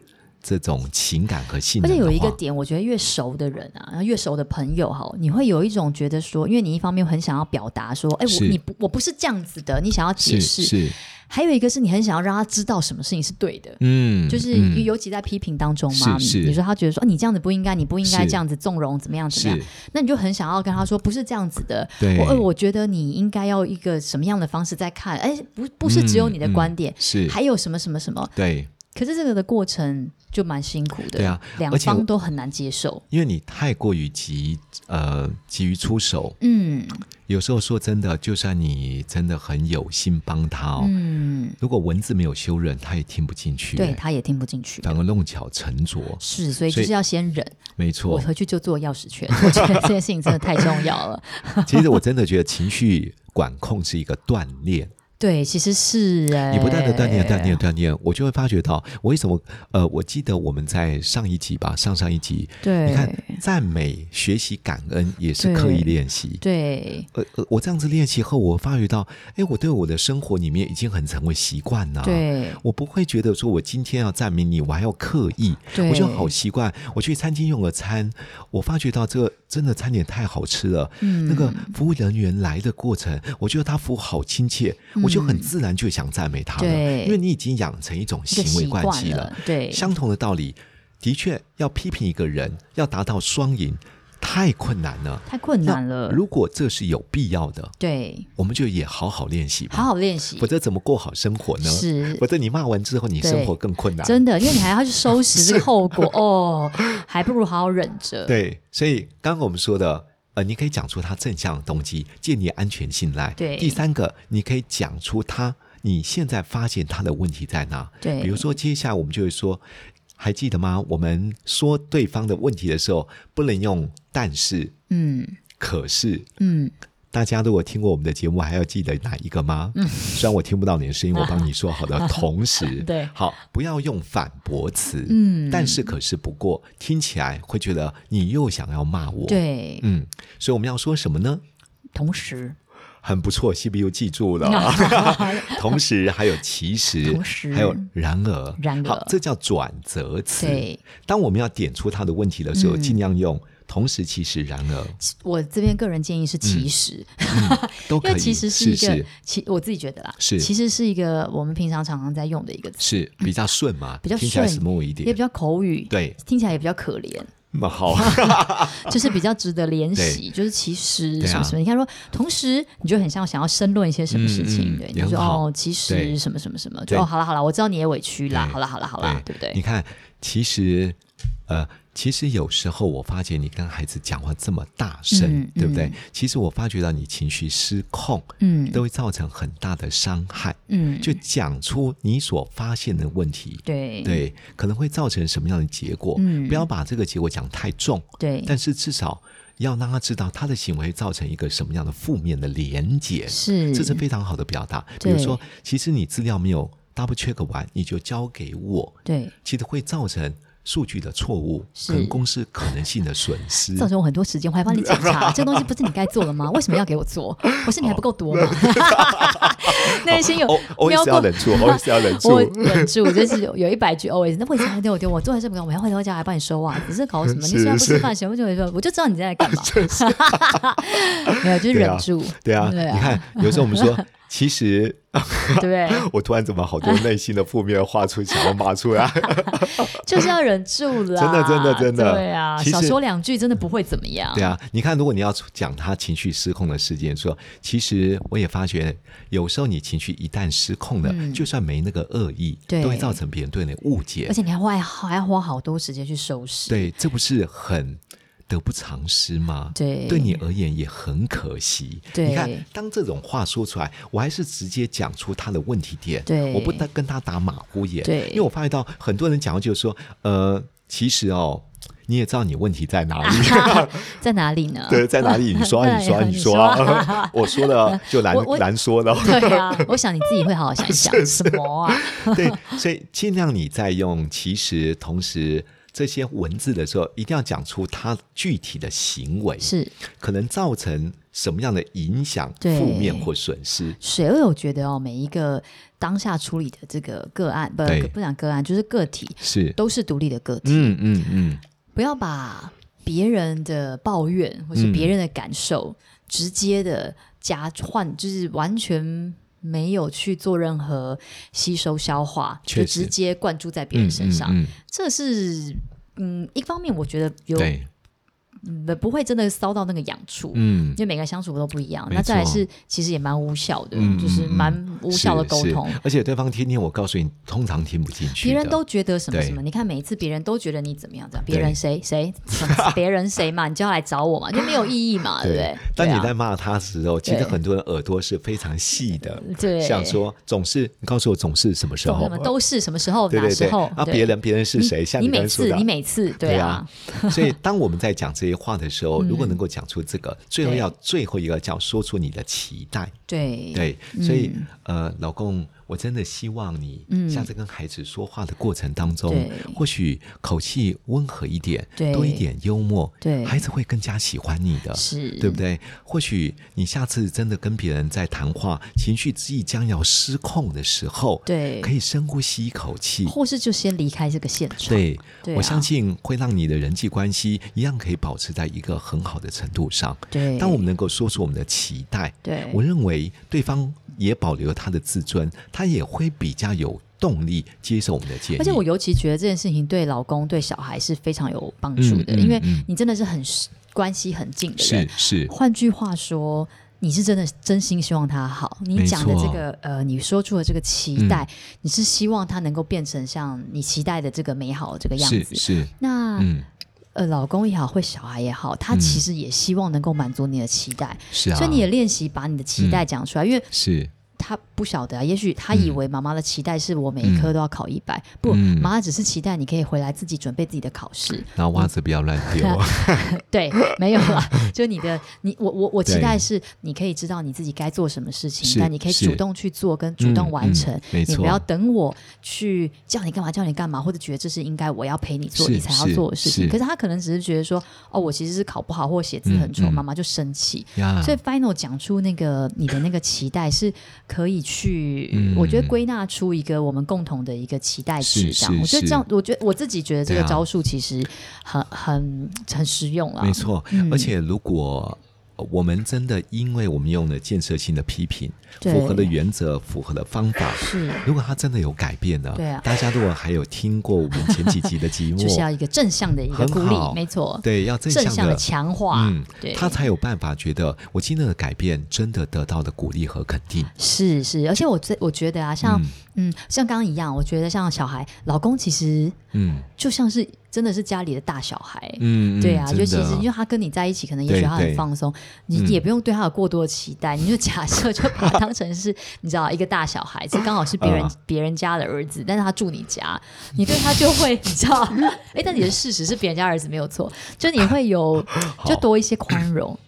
B: 这种情感和信
A: 而
B: 任
A: 且有一
B: 的
A: 个
B: 话，
A: 点，我觉得越熟的人啊，然后越熟的朋友哈，你会有一种觉得说，因为你一方面很想要表达说，哎，我
B: 是
A: 你不我不是这样子的，你想要解释，
B: 是是，
A: 还有一个是你很想要让他知道什么事情是对的。
B: 嗯，
A: 就是
B: 嗯
A: 尤其在批评当中嘛，
B: 是是
A: 你说他觉得说、啊你这样子不应该，你不应该
B: 是
A: 这样子纵容，怎么样怎么样
B: 是，
A: 那你就很想要跟他说不是这样子的，
B: 对
A: 我呃我觉得你应该要一个什么样的方式在看，哎，不不是只有你的
B: 嗯嗯
A: 观点，
B: 是
A: 还有什么什么什么，
B: 对，
A: 可是这个的过程就蛮辛苦的，
B: 对啊
A: 两
B: 而且
A: 方都很难接受，
B: 因为你太过于急呃急于出手，
A: 嗯
B: 有时候说真的，就算你真的很有心帮他哦，
A: 嗯，
B: 如果文字没有修润，他也听不进去，
A: 对，，他也听不进去，
B: 反而弄巧成 拙，
A: 是，所以就
B: 所以
A: 是要先忍，
B: 没错，
A: 我回去就做钥匙圈，我觉得这件事情真的太重要了。
B: 其实我真的觉得情绪管控是一个锻 炼，
A: 对，其实是哎、
B: 你不断的锻炼、锻炼、锻炼，我就会发觉到，我为什么呃，我记得我们在上一集吧，上上一集，
A: 对
B: 你看赞美、学习、感恩也是刻意练习。
A: 对，
B: 呃呃，我这样子练习后，我发觉到，哎，我对我的生活里面已经很成为习惯了。
A: 对
B: 我不会觉得说我今天要赞美你，我还要刻意，
A: 对
B: 我就好习惯。我去餐厅用了餐，我发觉到这个真的餐点太好吃了。
A: 嗯
B: 那个服务人员来的过程，我觉得他服务好亲切，我就很自然就想赞美他了，
A: 嗯对
B: 因为你已经养成一种
A: 一个
B: 行为
A: 习
B: 惯
A: 惯
B: 系
A: 了，对，
B: 相同的道理，的确要批评一个人，要达到双赢。太困难了。
A: 太困难了。
B: 如果这是有必要的，
A: 对，
B: 我们就也好好练习吧，
A: 好好练习
B: 否，则怎么过好生活呢？
A: 是
B: 否则你骂完之后，你
A: 对
B: 生活更困难。
A: 真的，因为你还要去收拾这个后 果哦，还不如好好忍着。
B: 对，所以刚刚我们说的，呃，你可以讲出他正向的动机，建立安全信赖。
A: 对
B: 第三个，你可以讲出他你现在发现他的问题在哪。
A: 对
B: 比如说接下来我们就会说，还记得吗？我们说对方的问题的时候，不能用但是、
A: 嗯
B: 可是。
A: 嗯，
B: 大家如果听过我们的节目，还要记得哪一个吗？嗯，虽然我听不到你的声音，我帮你说好的。同时，
A: 对
B: 好，不要用反驳词，
A: 嗯
B: 但是可是不过，听起来会觉得你又想要骂我，，
A: 对，
B: 嗯，所以我们要说什么呢？
A: 同时，
B: 很不错，CPU 记住了。 同时 还有其实，
A: 同时
B: 还有然而，
A: 然而
B: 好，这叫转折词。
A: 对
B: 当我们要点出他的问题的时候，
A: 嗯
B: 尽量用同时、其实、然而
A: 我这边个人建议是其实，
B: 都嗯可
A: 因
B: 以。
A: 为其实是一个
B: 是
A: 其我自己觉得啦，
B: 是
A: 其实是一个我们平常常常在用的一个词，
B: 是比较顺嘛，
A: 嗯比较
B: 听起来
A: 顺
B: smooth 一
A: 也比
B: 点，
A: 较口语，
B: 对，
A: 听起来也比较可 怜，
B: 那 么好。
A: 就是比较值得练习。就是其实
B: 对啊
A: 什么什么，你看说，同时你就很像想要申论一些什么事情，
B: 嗯嗯
A: 对，你就
B: 也很
A: 说
B: 好
A: 哦，其
B: 对
A: 实什么什么什么，
B: 对
A: 就哦，好了好了，我知道你也委屈啦，
B: 对
A: 好了好了好了，对不
B: 你
A: 对？
B: 看，其实，呃，其实有时候我发觉你跟孩子讲话这么大声，
A: 嗯
B: 对不对？
A: 嗯
B: 其实我发觉到你情绪失控，
A: 嗯
B: 都会造成很大的伤害。
A: 嗯，
B: 就讲出你所发现的问题，
A: 对
B: 对，可能会造成什么样的结果？
A: 嗯
B: 不要把这个结果讲太重，
A: 对
B: 但是至少要让他知道他的行为造成一个什么样的负面的连结。
A: 是，
B: 这是非常好的表达。比
A: 嗯
B: 如
A: 对
B: 说，其实你资料没有 double check 完，你就交给我，
A: 对
B: 其实会造成数据的错误，
A: 是
B: 可能公司可能性的损 失。
A: 造成我很多时间，我还帮你检查， 这个东西不是你该做的吗？为什么要给我做？我是你还不够多 吗？ 内心有
B: 哦，我也
A: 瞄
B: 是要
A: 过。
B: 忍住，我也是要忍
A: 我
B: 住。
A: 忍住， 就是有有一百句 always，那为什么丢我丢我？做完事不干，我还回到家还帮你收袜子，这搞什么？你
C: 是
A: 现在不吃
C: 是
A: 饭，什么就会说，我就知道你在干嘛。没有，就是忍住，
B: 对 啊，
A: 对啊
B: 你看，有时候我们 说，其实
A: 对不对？
B: 我突然怎么好多内心的负面的话出想要骂 出来？
A: 就是要忍住啦。
B: 真的真的真的
A: 对啊，
B: 其实
A: 少说两句真的不会怎么样。
B: 对啊，你看，如果你要讲他情绪失控的事件，说其实我也发觉，有时候你情绪一旦失控了，
A: 嗯
B: 就算没那个恶意，
A: 对
B: 都会造成别人对你的误解
A: 而。且你还花还要花好多时间去收拾。
B: 对，这不是很得不偿失吗？
A: 对
B: 对你而言也很可惜。
A: 对
B: 你看，当这种话说出来，我还是直接讲出他的问题点。
A: 对
B: 我不跟跟他打马虎眼。
A: 对
B: 因为我发觉到很多人讲话就是说，呃，其实哦，你也知道你问题在哪里。
A: 在哪里呢？
B: 对，在哪里？你说啊，你说啊，
A: 对
B: 你说 啊， 我说的就难
A: 我我
B: 难说 了。
A: 对啊，我想你自己会好好想一 想，什么啊？
B: 对，所以尽量你在用其实同时这些文字的时候，一定要讲出他具体的行为，
A: 是，
B: 可能造成什么样的影响、
A: 对
B: 负面或损失。
A: 谁都有觉得哦，每一个当下处理的这个个案，不
B: 对
A: 不讲个案，就是个体，
B: 是，
A: 都是独立的个体，
B: 嗯嗯嗯，
A: 不要把别人的抱怨或是
B: 嗯
A: 别人的感受、直接的加换，就是完全。没有去做任何吸收消化，就
B: 确实
A: 直接灌注在别
B: 嗯
A: 人身上，
B: 嗯嗯
A: 这是嗯，一方面我觉得有
B: 对，
A: 嗯不会真的骚到那个痒处，
B: 嗯
A: 因。为每个人相处都不一样。
B: 没
A: 那再来
B: 错
A: 是，其实也蛮无效的，
B: 嗯
A: 就是
B: 嗯嗯
A: 蛮无效的
B: 是
A: 沟
B: 是
A: 通。
B: 而且对方听听，我告诉你，通常听不进去
A: 别
B: 的。
A: 人都觉得什么
B: 对
A: 什么，你看每一次别人都觉得你怎么样怎么样，
B: 对
A: 别人谁谁，什么别人谁嘛，你就要来找 我嘛，就没有意义嘛，对不对？
B: 当
A: 对
B: 你
A: 啊
B: 在骂他的时候，其实
A: 对
B: 很多人耳朵是非常细的，
A: 对
B: 想说总是你告诉我总是什么时
A: 懂
B: 候
A: 什么，都是什么时候
B: 对
A: 哪
B: 对
A: 时
B: 对，
A: 候
B: 啊，
A: 对
B: 别人别人是
A: 你
B: 谁？像
A: 你
B: 刚
A: 每
B: 才说
A: 次
B: 的，
A: 你每次对
B: 对
A: 啊
B: 啊，所以当我们在讲这些话的时候，如果能够讲出这个，最后
A: 嗯对
B: 要最后一个叫说出你的期待，
A: 对
B: 对，所以
A: 嗯
B: 呃，老公，我真的希望你下次跟孩子说话的过程当中
A: 对，
B: 或许口气温和一点，
A: 对
B: 多一点幽默，
A: 对
B: 孩子会更加喜欢你的，
A: 是
B: 对不对？或许你下次真的跟别人在谈话，情绪即将要失控的时候，
A: 对
B: 可以深呼吸一口气。
A: 或是就先离开这个现场，
B: 对，
A: 对
B: 我
A: 啊
B: 相信会让你的人际关系一样可以保持在一个很好的程度上。
A: 对
B: 当我们能够说出我们的期待，
A: 对
B: 我认为对方也保留他的自尊，他也会比较有动力接受我们的建议。
A: 而且我尤其觉得这件事情对老公、对小孩是非常有帮助的，
B: 嗯嗯
A: 因为
B: 嗯
A: 你真的是很关系很近的
B: 是
A: 人。
B: 是
A: 换句话说，你是真的真心希望他好，你
B: 没
A: 讲的这
B: 错嗯
A: 个呃，你说出的这个期待，你是希望他能够变成像你期待的这个美好的这个样
B: 是
A: 子。
B: 是，
A: 那、
B: 嗯，
A: 呃，老公也好，或小孩也好，他
B: 嗯
A: 其实也希望能够满足你的期待，
B: 是啊，嗯
A: 所以你也练习把你的期待讲出来，因为
B: 是
A: 他不晓得啊，也许他以为妈妈的期待是我每一科都要考一百、不，
B: 嗯
A: 妈妈只是期待你可以回来自己准备自己的考试。
B: 然后袜子不要乱丢，
A: 嗯对，没有啦，就你的你我我我期
B: 对
A: 待是你可以知道你自己该做什么事情
B: 是，
A: 但你可以
B: 是
A: 主动去做跟主动完成，
B: 嗯嗯没错
A: 你不要等我去叫你干嘛叫你干嘛，或者觉得这是应该我要陪你做
B: 是
A: 你才要做的事情。
B: 是
A: 可是他可能只是觉得说，哦，我其实是考不好或写字很丑，
B: 嗯嗯
A: 妈妈就生气。
B: 呀
A: 所以 final 讲出那个你的那个期待是可以去，
B: 嗯
A: 我觉得归纳出一个我们共同的一个期待值，
B: 是
A: 这样。
B: 是
A: 我觉得
B: 是
A: 这样，我觉得我自己觉得这
B: 对
A: 个
B: 啊
A: 招数其实很、很很实用了。
B: 没错
A: 嗯，
B: 而且如果呃我们真的因为我们用了建设性的批评，
A: 对
B: 符合了原则，符合了方法，
A: 是，
B: 如果他真的有改变呢？
A: 对啊
B: 大家如果还有听过我们前几集的节 目，
A: 就是要一个正向的一个
B: 很
A: 鼓励
B: 好，
A: 没错，
B: 对，要正
A: 正
B: 向
A: 向
B: 的
A: 的强化，
B: 嗯
A: 对，
B: 他才有办法觉得我今天的改变真的得到了鼓励和肯定。
A: 是是，而且我最我觉得啊，像嗯像刚刚一样，我觉得像小孩，老公其实
B: 嗯
A: 就像是真的是家里的大小孩，
B: 嗯，
A: 对啊，
B: 嗯
A: 就其
B: 真
A: 实
B: 的
A: 因为他跟你在一起，可能也许
B: 对
A: 他很
B: 对
A: 放松，你
B: 嗯
A: 也不用对他有过多的期待， 你就假设就把他当成是你知道一个大小孩子，刚好是别人、
B: 啊
A: 别人家的儿子，但是他住你家，你对他就会你知道，哎，但你的事实是别人家儿子没有错，就你会有就多一些宽容。
B: 嗯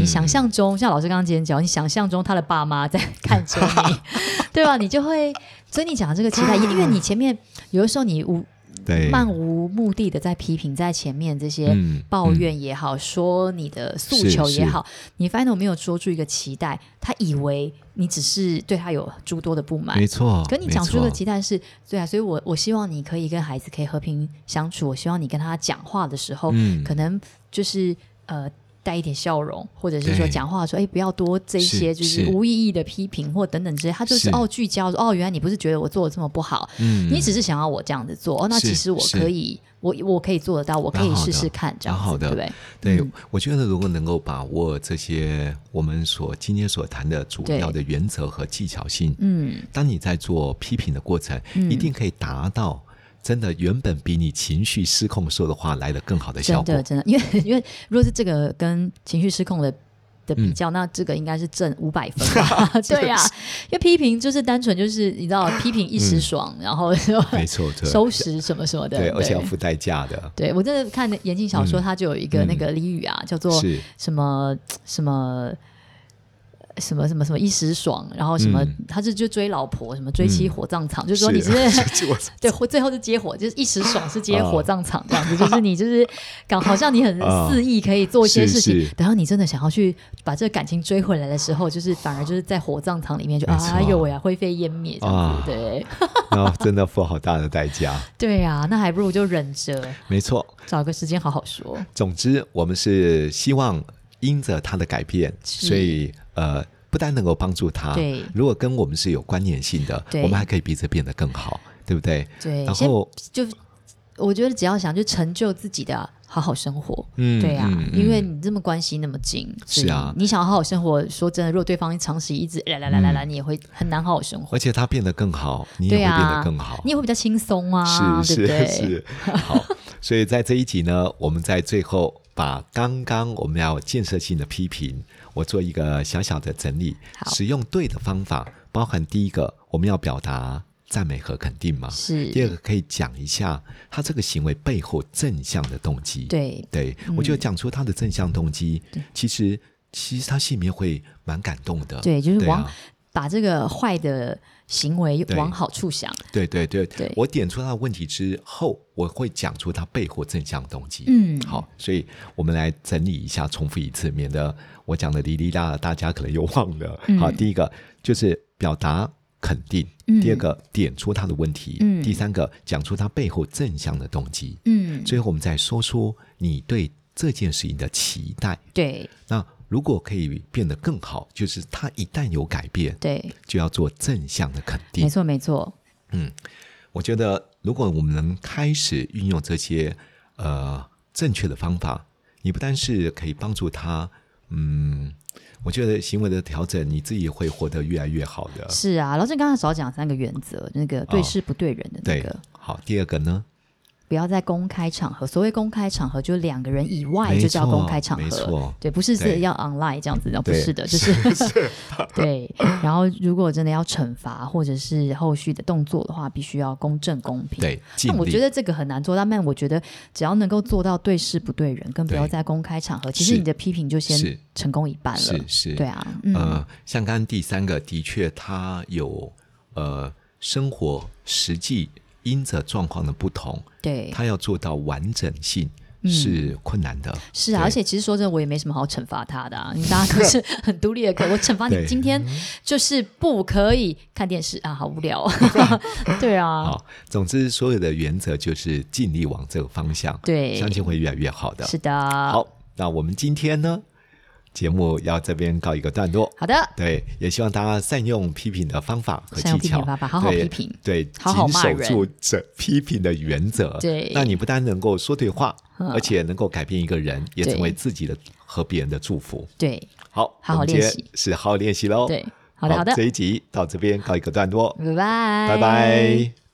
A: 你想象中，像老师刚刚今天讲，你想象中他的爸妈在看着 你，对吧？你就会，所以你讲的这个期 待，因为你前面有的时候你无
B: 对
A: 漫无目的的在批评在前面这些
B: 嗯
A: 抱怨也好，说你的诉
B: 是
A: 求
B: 是
A: 也好，你发现我没有说出一个期待，他以为你只是对他有诸多的不满
B: 没。错，
A: 可你讲出
B: 没
A: 的
B: 错
A: 期待是对啊，所以我我希望你可以跟孩子可以和平相处，我希望你跟他讲话的时候，
B: 嗯
A: 可能就是呃带一点笑容，或者是说
B: 对
A: 讲话说哎不要多这一
B: 是
A: 些就是
B: 是
A: 无意义的批评或等等之类，他就是
B: 是
A: 哦聚焦说哦原来你不是觉得我做的这么不好，
B: 嗯
A: 你只是想要我这样子做，哦，那
B: 是
A: 其实我
B: 是
A: 可以，我我可以做得到，我可以试试看，这样子
B: 蛮好的
A: 对不对？
B: 对
A: 嗯，
B: 我觉得如果能够把握这些我们所今天所谈的主
A: 对
B: 要的原则和技巧性，
A: 嗯，
B: 当你在做批评的过程，
A: 嗯
B: 一定可以达到真的原本比你情绪失控说的话来的更好的效
A: 真
B: 果
A: 的。真的，因为 因为如果是这个跟情绪失控的。的
B: 嗯
A: 比较，那这个应该是正五百分 吧？对呀、因为批评就是单纯就是你知道，批评一时爽，然后就
B: 嗯 没错，对
A: 收拾什么什么的，
B: 对，而且要付代价的。
A: 对我真的看言情小说，
B: 嗯
A: 它就有一个那
B: 嗯
A: 个俚语啊，叫做
B: 是
A: 什么什么。什么什么什么一时爽，然后什么，
B: 嗯
A: 他是就追老婆，什么追妻
B: 嗯
A: 火葬场，就是说
B: 是
A: 你 是
C: 就
A: 对火最后是接火，就是一时爽是接
B: 啊
A: 火葬场这样子，就是你就是搞好像你很
B: 啊
A: 肆意可以做一些事
B: 是
A: 情
B: 是，
A: 等到你真的想要去把这个感情追回来的时候，就是反而就是在火葬场里面就
B: 没错
A: 哎呦喂啊，灰飞烟灭这样子
B: 啊，
A: 对
B: 那真的付好大的代价。
A: 对啊，那还不如就忍着，
B: 没错，
A: 找个时间好好说。
B: 总之我们是希望因着他的改变，
A: 是
B: 所以呃。不但能够帮助他，
A: 对
B: 如果跟我们是有关联性的，
A: 对
B: 我们还可以彼此变得更好，对不对？
A: 对，
B: 然
A: 先
B: 后
A: 就我觉得只要想就成就自己的好好生活，
B: 嗯
A: 对啊，
B: 嗯嗯
A: 因为你这么关系那么近，所以
B: 是啊
A: 你想好好生活，说真的，如果对方长期一直来来来来来，你也会很难好好生活
B: 而，且他变得更好，嗯你也
A: 对
B: 会变得
A: 啊，
B: 更好，
A: 你也会比较轻松啊，
B: 是
A: 对不
B: 是
A: 对？
B: 是， 好。所以在这一集呢，我们在最后把刚刚我们要建设性的批评，我做一个小小的整理，
A: 好
B: 使用对的方法，包含第一个，我们要表达赞美和肯定嘛。
A: 是
B: 第二个可以讲一下他这个行为背后正向的动机。
A: 对嗯
B: 对，我觉得讲出他的正向动机，其实其实他心里面会蛮感动的。
A: 对，就是往、
B: 啊
A: 把这个坏的行为
B: 对
A: 往好处想，
B: 对对对，
A: 对
B: 我点出他的问题之后，我会讲出他背后正向动机。
A: 嗯
B: 好，所以我们来整理一下，重复一次，免得我讲的哩哩啦啦，大家可能又忘了。
A: 嗯
B: 好，第一个就是表达肯定，
A: 嗯
B: 第二个点出他的问题，
A: 嗯
B: 第三个讲出他背后正向的动机，
A: 嗯，
B: 最后我们再说出你对这件事情的期待。
A: 对
B: 那如果可以变得更好，就是他一旦有改变，
A: 对，
B: 就要做正向的肯定
A: 没。错没错，
B: 我觉得，如果我们能开始运用这些呃正确的方法，你不单是可以帮助他，嗯，我觉得行为的调整，你自己会活得越来越好的。
A: 是啊，老师刚才少讲三个原则，那个对
B: 哦
A: 事不对人的那
B: 对
A: 个，，
B: 好，第二个呢？
A: 不要在公开场合。所谓公开场合，就是两个人以外
B: 没
A: 就叫
B: 错
A: 公开场
B: 没
A: 合
B: 错，
A: 对，不是是
B: 对
A: 要 online 这样子，那哦不
B: 对
A: 是的，就是 对。然后，如果真的要惩罚或者是后续的动作的话，必须要公正公平。
B: 对，尽
A: 但我
B: 力
A: 觉得这个很难做到，但我觉得只要能够做到对事不对人，更不
B: 对
A: 要在公开场合，其实
B: 是
A: 你的批评就先
B: 是
A: 成功一半了。
B: 是是，
A: 对啊，嗯，
B: 呃，像刚刚第三个，的确他有呃生活实际因着状况的不同，
A: 对，
B: 他要做到完整性
A: 嗯
B: 是困难的。
A: 是啊，
B: 对
A: 而且其实说真的，我也没什么好惩罚他的、啊，因为大 家都是很独立的个。我惩罚你
B: 对
A: 今天就是不可以看电视啊，好无 聊。对啊，
B: 好，总之所有的原则就是尽力往这个方向，
A: 对
B: 相信会越来越好的。
A: 是的，
B: 好，那我们今天呢，节目要这边告一个段落。
A: 好的，
B: 对，也希望大家善用批评的方法和
A: 善
B: 技
A: 用批评
B: 巧，
A: 的方法好好
B: 对
A: 批评
B: 对，
A: 好好
B: 谨
A: 骂人
B: 守住这批评的原则。
A: 对
B: 那你不单能够说对话，
A: 嗯
B: 而且能够改变一个人，也
A: 对
B: 成为自己的和别人的祝福。
A: 对
B: 好，
A: 好好
B: 我们今天
A: 练习
B: 是好好练习喽。
A: 对，好的好的
B: 这，一集到这边告一个段落，
A: 拜拜，
B: 拜拜